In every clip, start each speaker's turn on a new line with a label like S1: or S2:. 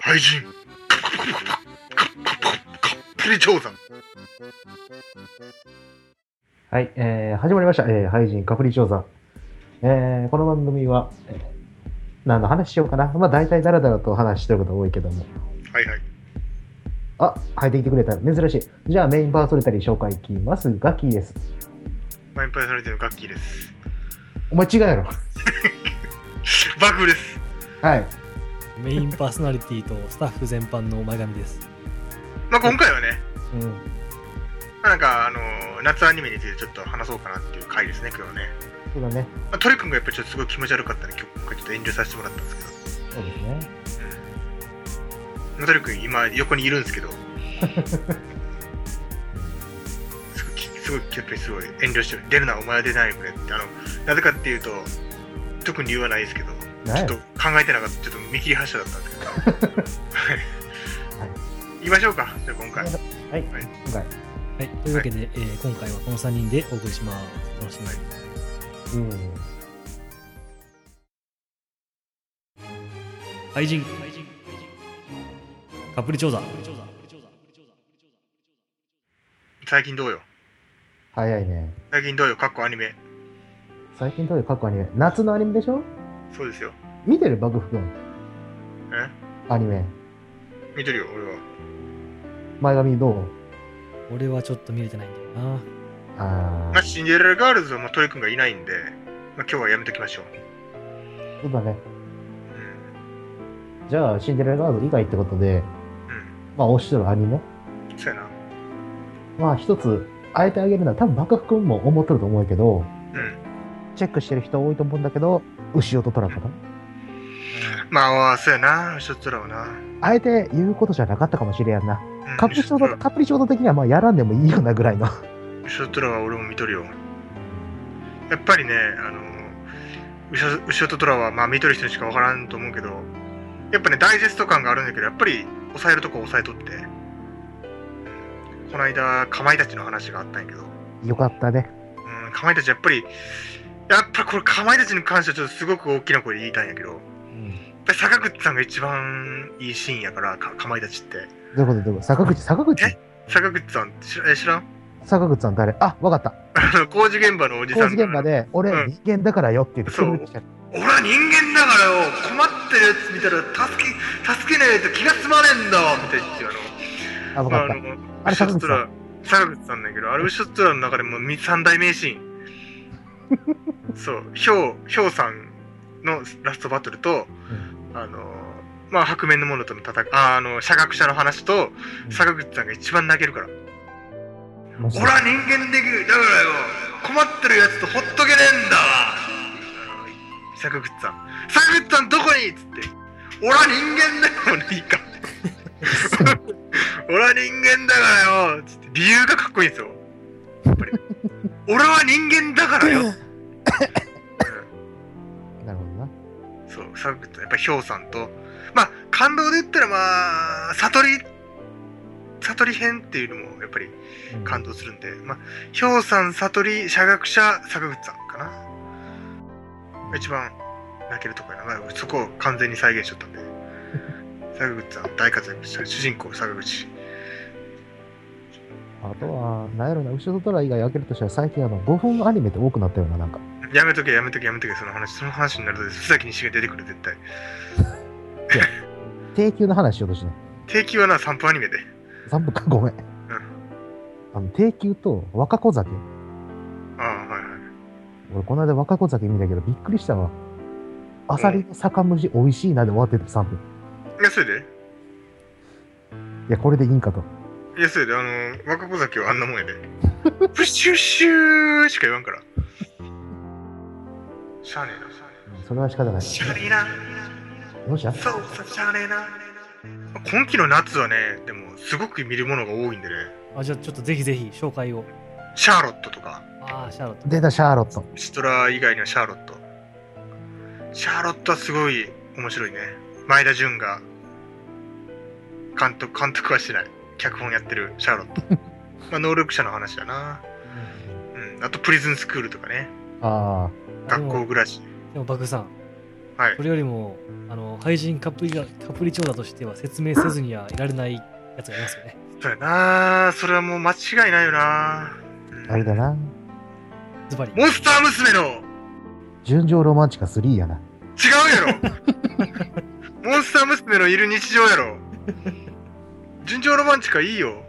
S1: 廃人かっぷり長山
S2: はい、えー始まりました。えー、俳人、かぶり調査。えーこの番組は、えー何の話しようかな。まあ、大体ダラダラと話してることが多いけども。
S1: はいはい
S2: あ、入ってきてくれた。珍しい。じゃあ、メインパーソリタリー紹介いきます。ガッキーです。
S1: マインパイされてるガッキーです
S2: お前違うやろ。
S1: バグです
S2: はい。
S3: メインパーソナリティとスタッフ全般の前髪です。
S1: まあ今回はね
S2: うん。
S1: まあなんかあのー夏アニメについてちょっと話そうかなっていう回ですね今日はね、
S2: そうだね。
S1: まあ、トリ君がやっぱりちょっとすごい気持ち悪かったんで今日今回ちょっと遠慮させてもらったんですけど
S2: そうですね。
S1: ナトリ君今横にいるんですけどすごいきすごいやっぱりすごい遠慮してる出るなお前は出ないこれってあのなぜかっていうと特に理由はないですけどち
S2: な
S1: ょ
S2: い
S1: っと考えてなかったちょっと見切り発車だったんですけどはい言いましょうかじゃあ今回
S2: はいはい。
S1: はい
S2: 今回。
S3: はい、というわけで、えー今回はこの3人でお送りします。楽しみに。
S2: うん。
S3: 愛人、カップリ調査。
S1: 最近どうよ
S2: 早いね。
S1: 最近どうよかっこアニメ
S2: 最近どういう過去アニメ夏のアニメでしょ
S1: そうですよ
S2: 見てるバグフ君。
S1: え
S2: アニメ。
S1: 見てるよ俺は
S2: 前髪どう
S3: 俺はちょっと見れてないんだよ
S2: あ
S3: な。
S1: まあ
S2: ー。
S1: シンデレラガールズはもうトリ君がいないんで、まあ、今日はやめときましょう、
S2: そうだね。
S1: う
S2: じゃあ、シンデレラガール以外ってことで、まあ、推してるアニメ。
S1: んそうやな
S2: まあ、一つ、あえてあげるのは、多分、バカフ君も思ってると思うけど、
S1: うん
S2: チェックしてる人多いと思うんだけど、牛尾とトラかな。
S1: まあそうやな一つらはな
S2: あえて言うことじゃなかったかもしれやんな。カプリチョード、
S1: だ
S2: カプリチョード的には、まあ、やらんでもいいようなぐらいの。
S1: ウショトラは俺も見とるよやっぱりねあのウショウショトラはまあ見とる人にしか分からんと思うけどやっぱねダイジェスト感があるんだけどやっぱり抑えるとこ抑えとってうんこの間かまいたちの話があったんやけど、
S2: よかったね。
S1: うん、かまいたちやっぱりやっぱこれかまいたちに関してはちょっとすごく大きな声で言いたいんやけどやっぱり坂口さんが一番いいシーンやからかかまいたちって
S2: どういうことどういうこと坂口、坂口
S1: え坂口さん知らえ知らん
S2: 坂口さん誰あ、わかった。
S1: あの工事現場のおじ
S2: 工
S1: さ
S2: 事
S1: ん
S2: 現場で、俺、
S1: うん
S2: 人間だからよって言って、
S1: そう
S2: 来ちゃった
S1: 俺は人間だからよ困ってるやつ見たら助け助けないと気が済まねえんだわみたいな言って
S2: あ、
S1: あの
S2: わかった。
S1: の
S2: あれ
S1: ウショ
S2: 坂
S1: ッ
S2: 口
S1: ト
S2: さ
S1: ラ
S2: ん
S1: 坂口さんだけどあれウショットラの中でもみ三大名シー ンそうヒョウヒョウさんのラストバトルと、あのまあ白面の者との戦いああの社学者の話と
S2: うん
S1: 坂口さんが一番泣けるから
S2: マジ
S1: 俺
S2: で
S1: は人間できるだからよ困ってるやつとほっとけねえんだわ坂口さん坂口さんどこにっつって俺は人間だからいいか俺は人間だからよつって理由がかっこいいんですよやっぱり俺は人間だからよう
S2: なるほどな。
S1: んそう坂口さんやっぱひょうさんとまあ感動で言ったらまあ悟り悟り編っていうのもやっぱり
S2: うん
S1: 感動するんで、まあ、氷山悟り、社学者、坂口さんかな。一番泣けるとこやな。まあそこを完全に再現しちゃったんで。坂口さん、大活躍した主人公、坂口。
S2: あとは、なんやろな、後ろドラ以外開けるとしたら、最近あの、5分アニメって多くなったよな、なんか。
S1: やめとけ、やめとけ、やめとけ、その話、その話になると、須崎西が出てくる、絶対。
S2: 定休の話しようとしない。
S1: 定期はな、3分アニメで。
S2: 3分か、ごめん。あの、定休と若子酒。
S1: ああ、はいはい。
S2: 俺、この間若子酒見たけど、びっくりしたわ。アサリの酒蒸し美味しいなで終わってた3分。
S1: いや、それで、
S2: いや、これでいいんかと。
S1: いや、それで、あの、若子崎はあんなもんやで。プッシュッシューしか言わんから。しゃあねえな、
S2: それは仕方ない。
S1: しゃあねえな。
S2: どうした
S1: そうさしゃあねえな今期の夏はねでもすごく見るものが多いんでね
S3: あ、じゃあちょっとぜひぜひ紹介を。
S1: シャーロットとか
S3: ああ、シャーロット。
S2: 出た、シャーロット。
S1: シトラ以外にはシャーロットシャーロットはすごい面白いね前田純が監督監督はしてない脚本やってるシャーロッ トまあ能力者の話だなうんあとプリズンスクールとかね
S2: あ
S1: 学校暮らし
S3: でも、バグさん、
S1: はい
S3: こ。れよりも、あの、廃人カプリがカプリ調査としては説明せずにはいられないやつがいますよね。
S1: そうやなそれはもう間違いないよな
S2: あれだな。
S3: ズバリ。
S1: モンスター娘の
S2: 純情ロマンチカ3やな。
S1: 違う やろモンスター娘のいる日常やろ純情ロマンチカいいよ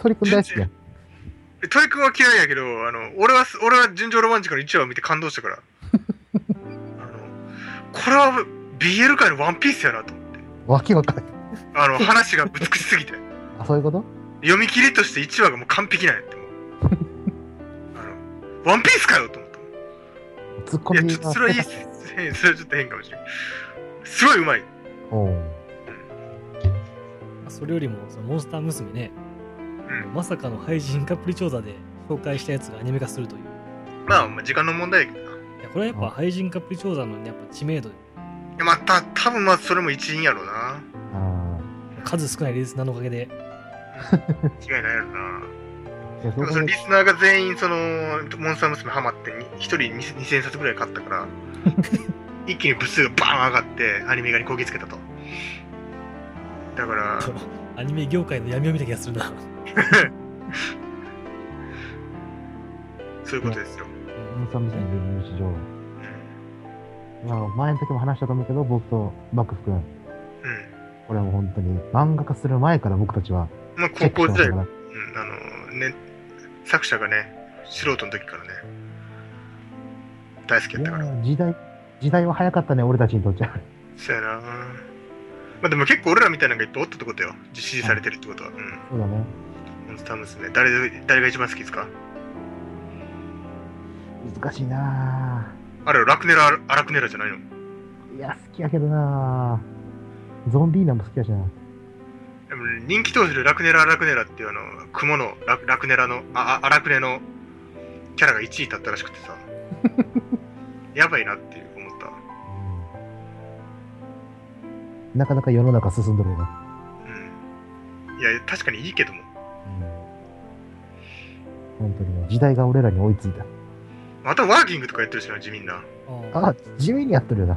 S2: 鳥くん大好 きや。
S1: えトイ君は嫌いやけどあの俺はす俺は純情ロマンチカの1話を見て感動したからあのこれは BL 界のワンピースやなと思って
S2: わけわかんない。
S1: あの話が美しすぎて
S2: あ、そういうこと
S1: 読み切りとして1話がもう完璧なんやってもうあのワンピースかよと思った
S2: ツッコ
S1: いや
S2: ミ
S1: ちょっとそれはいいっす変それはちょっと変かもしれないすごいうまい
S2: うん
S3: それよりも、そのモンスター娘ね、
S1: うん
S3: まさかの廃人カプリ調査で紹介したやつがアニメ化するという。
S1: まあまあ時間の問題やけどない
S3: やこれはやっぱ廃人カプリ調査の、ね、やっぱ知名度、
S1: いやまあた多分まあそれも一因やろうな
S2: あ
S3: 数少ないリスナーのおかげ で、
S1: 違いないやろな
S2: ーい
S1: で
S2: やそう
S1: も
S2: 考
S1: その
S2: え
S1: リスナーが全員そのモンスター娘ハマってに一人に2000冊ぐらい買ったから 一気に部数がバーン上がってアニメ化にこぎつけたとだから
S3: ちょアニメ業界の闇を見た気がするな。
S1: そういうことですよ
S2: インサムさんの日常。まあ、前の時も話したと思うけど、僕と幕府くん、
S1: うん
S2: これはもう本当に漫画化する前から僕たちは
S1: まあ
S2: チェ
S1: 高
S2: ックし
S1: 校
S2: てま
S1: 時
S2: し
S1: 代、う
S2: たか
S1: ん、あ
S2: ら。
S1: のね作者がね素人の時からね大好きやったから
S2: いやー時代、時代は早かったね、俺たちにとっちゃ。
S1: そうやなまあでも結構俺らみたいなのがいっぱいおったってことよ支持されてるってことはうん
S2: そうだね。
S1: モンスター娘誰で誰が一番好きですか
S2: 難しいな
S1: あれラクネラアラクネラじゃないの
S2: ぁ。いや、好きやけどなぁ。ゾンビーナも好きやしな。
S1: でも人気投手でラクネラアラクネラっていうあの雲のララクネラのああアラクネのキャラが1位だったらしくてさやばいなっていう思った
S2: なかなか世の中進んどるよね。
S1: うんいや確かにいいけども
S2: 本当にね、時代が俺らに追いついた。
S1: またワーキングとかやってるしな地味にな
S3: あ
S2: あ、地味にやっとるよな。
S1: う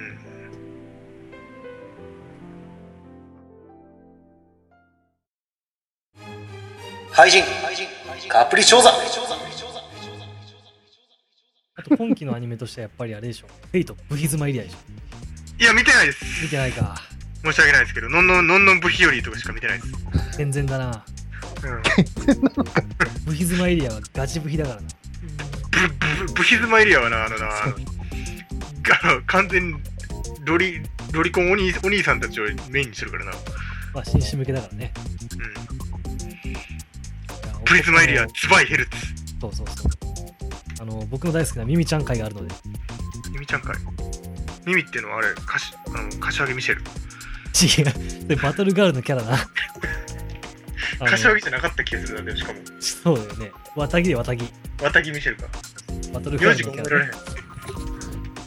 S1: ん
S4: 廃人カプリ調査
S3: あと今期のアニメとしてはやっぱりあれでしょ。フェイト、ブヒズマエリアでしょ。
S1: いや見てないです
S3: 見てないか。
S1: 申し訳ないですけどのんのんのんのんブヒよりとかしか見てないです、
S3: 健全だな。
S1: うん
S3: ブヒズマエリアはガチブヒだからな。
S1: ブブブヒズマエリアはな、あのな、あのあの完全にロリロリコンお兄お兄さんたちをメインにしてるからな。うん、
S3: まあ、紳士向けだからね。
S1: プリズマエリア、ツバイヘルツ。
S3: そうそうそう。あの、僕の大好きなミミちゃん会があるので。
S1: ミミちゃんかい。ミミっていうのはあれ、かしあの柏木ミシェル。
S3: 違う。で、バトルガールのキャラな。あの
S1: 柏木じゃなかった気がするな、でもしかも。
S3: そうだよね。わたぎでわたぎ。
S1: 綿木ミシェルか。
S3: バトルガ
S1: 名
S3: ー
S1: 字
S3: ル
S1: が
S3: のキ
S1: 覚え
S3: ャ
S1: ら
S3: ラ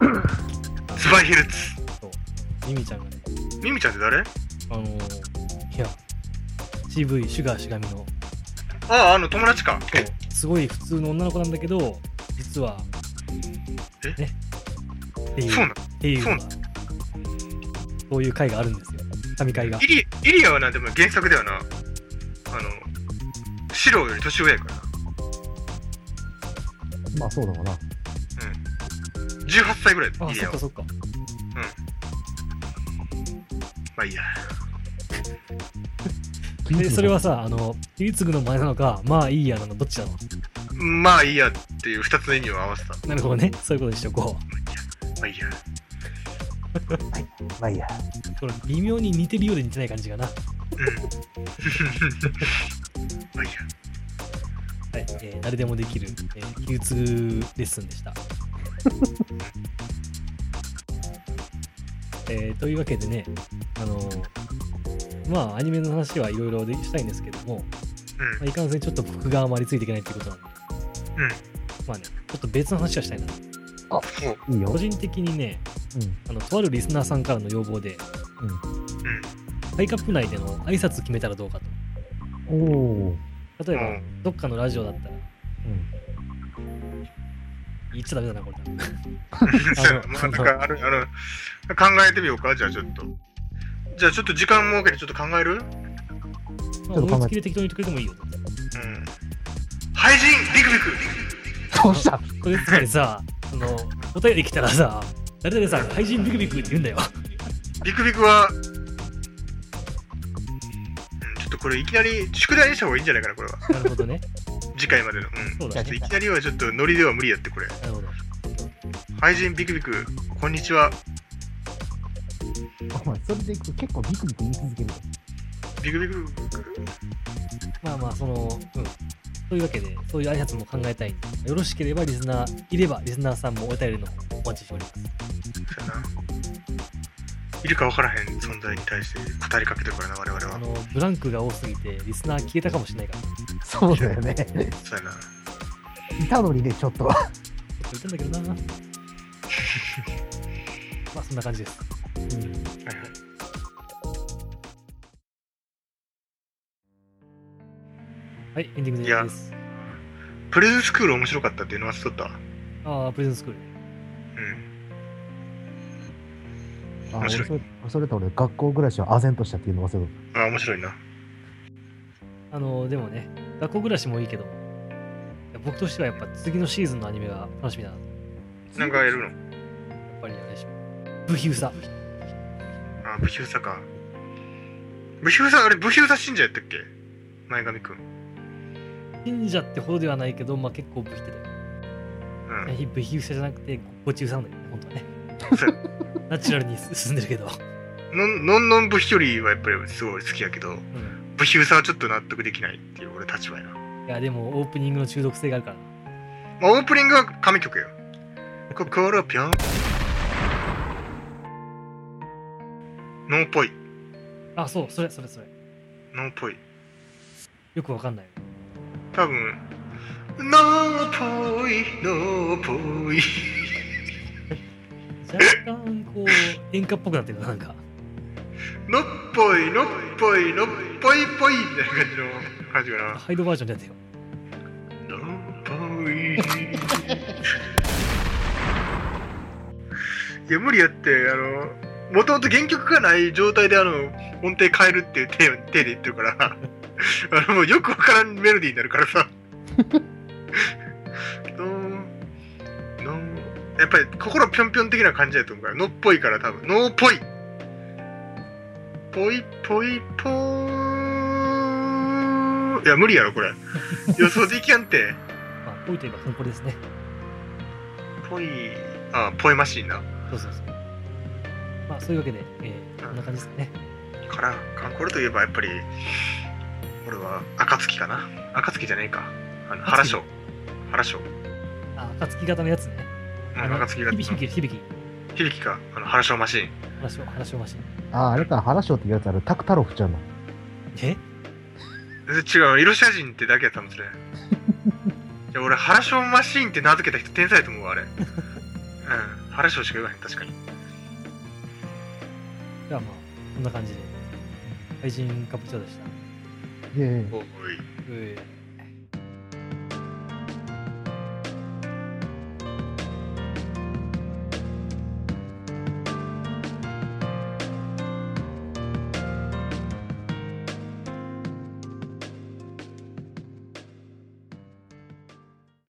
S1: れへ
S3: ね
S1: ん。ツバイヘルツ。
S3: そうミミちゃんがね。
S1: ミミちゃんって誰
S3: あのいや、CV、シュガー、シガミの、
S1: ああ、あの友達か。
S3: そうすごい普通の女の子なんだけど、実は、
S1: え
S3: ね、っていう
S1: そうなの
S3: っていうのが
S1: そ
S3: そういう会があるんですよ。神会が
S1: イ。リイリアはな、でも原作ではな、あの、シロより年上やからな。
S2: まあそうだわな。
S1: 18歳ぐらいだ
S3: あ、
S1: イリ
S3: そ
S1: アは
S3: っか。そっか。
S1: まあいいや。
S3: で、それはさ、あの、ゆりつぐの前なのか、まあいいやなの、どっちなの
S1: まあいいやっていう2つの意味を合わせた。
S3: なるほどね。そういうことにしとこ
S1: まあいいや。
S2: まあいいや。
S3: う。これ微妙に似てるようで似てない感じかな。は
S1: うん。 まあいいや。
S3: い。えー誰でもできる、えー、ゆりつぐレッスンでした。 えーというわけでね、あのまあアニメの話はいろいろでしたいんですけども、まあ、いかんせんちょっと僕があまりついていけないっていうことなんで、
S1: うん。うん。
S3: まあね、ちょっと別の話はしたいな。
S1: そう。
S2: いいよ。
S3: 個人的にね、
S2: うん。
S3: あのとあるリスナーさんからの要望で、ハイカップ内での挨拶決めたらどうか
S2: おお。
S3: と。例えば、
S1: う
S3: どっかのラジオだったら、
S2: うん。
S3: 言っちゃダメだな、これ。
S1: そう やなまあなんかあるあの考えてみようか、じゃあちょっと。じゃあちょっと時間設けてちょっと考える
S3: まあ、
S2: ちょっと考えて
S3: 思いつきで適当に言ってくれてもいいよ。
S1: うん。廃人ビクビク
S2: どうした
S3: これつまりさ、その、お便り来たらさ、誰々さん、廃人ビクビクって言うんだよ。
S1: ビクビクは、うん、ちょっとこれいきなり宿題にした方がいいんじゃないかな、これは。
S3: なるほどね。
S1: 次回までの。うん。
S3: そう
S1: ちょ
S3: だ
S1: っと
S3: ね。
S1: いきなりはちょっとノリでは無理やって、これ。
S3: なるほど。
S1: 廃人ビクビク、こんにちは。
S5: お前、それでいくと結構ビクビク言い続けるよ。
S1: ビクビク、
S3: まあまあ、その、うん。そういうわけで、そういう挨拶も考えたいんで、よろしければリスナー、いればリスナーさんもお便りの方お待ちしております。
S1: そうやな。いるか分からへん存在に対して語りかけてるからな、我々
S3: あ
S1: は。
S3: の、ブランクが多すぎて、リスナー消えたかもしれないから、ちょ
S5: そうだよね。
S1: そうやな。
S5: いたのにね、ちょっと。
S3: っと言ったんだ けどな。まあ、そんな感じです。
S1: はいはい
S3: はい、エンディングです。
S1: プレゼンスクール面白かったっていうのはしとった。
S3: ああ、プレゼンスクール。
S1: うん。
S5: あ
S1: 面白
S5: 俺
S1: い
S5: それそれと俺、学校暮らしは唖然としたっていうの忘れた。
S1: ああ、面白いな。
S3: あの、でもね、学校暮らしもいいけど、僕としてはやっぱ次のシーズンのアニメが楽しみだな。や
S1: なんかやるの
S3: っぱりあれでしょ。ブヒウサ。
S1: あ、武勇さか。武勇さ、あれ、武勇さ信者やったっけ前髪くん。
S3: 信者ってほどではないけど、まあ結構ブヒってたよ。
S1: うん
S3: い。やブヒウサじゃなくて、ごちうさなんだよね、本当はね。ナチュラルに進んでるけど。
S1: のん のんのんぶひよりはやっぱりすごい好きやけど、
S3: うん。
S1: ぶひうさはちょっと納得できないっていう俺立場やな。
S3: いや、でもオープニングの中毒性があるからな。
S1: まあ、オープニングは神曲よ。心ぴょん。ノーっぽい。
S3: あ、そう、それ、それ、それ。
S1: ノーっぽい。
S3: よくわかんない。
S1: 多分、ノーっぽい、ノーっぽい。
S3: 若干、こう、演歌っぽくなってるな、なんか。
S1: ノっぽい、ノっぽい、ノっぽいっぽいみたいな感じの感じかな。
S3: ハイドバージョンでやってよ。
S1: どっぽい いや無理やってあのもともと原曲がない状態であの音程変えるっていう手を手で言ってるから あのもうよくわからんメロディーになるからさ ののやっぱり心ぴょんぴょん的な感じだと思うからのっぽいから多分のっぽいぽいぽいぽーいや無理やろこれ予想できやんて
S3: まあ、ぽいといえばコンポリですね。
S1: ぽいあぽいマシンな
S3: そうそうそう。まあ、そういうわけで、えー、こんな感じですかね。
S1: からカンコレといえばやっぱり俺は暁かな暁じゃねえかあの原賞原賞うん
S3: あ、暁型のやつね。あの
S1: 暁が
S3: 響き響き響き
S1: 響きかあの原賞マシーン
S3: 話を話をまし
S5: ああ、あれか、話しようって言うやつある、タクタロフちゃんの。
S3: え
S1: 全然違う色写人ってだけやったんですねいや俺原賞マシーンって名付けた人天才やと思うわあれうん原賞しか言わへん確かに
S3: ではまあこんな感じで配信カプチョでした。
S5: いやいや
S1: おい
S3: えー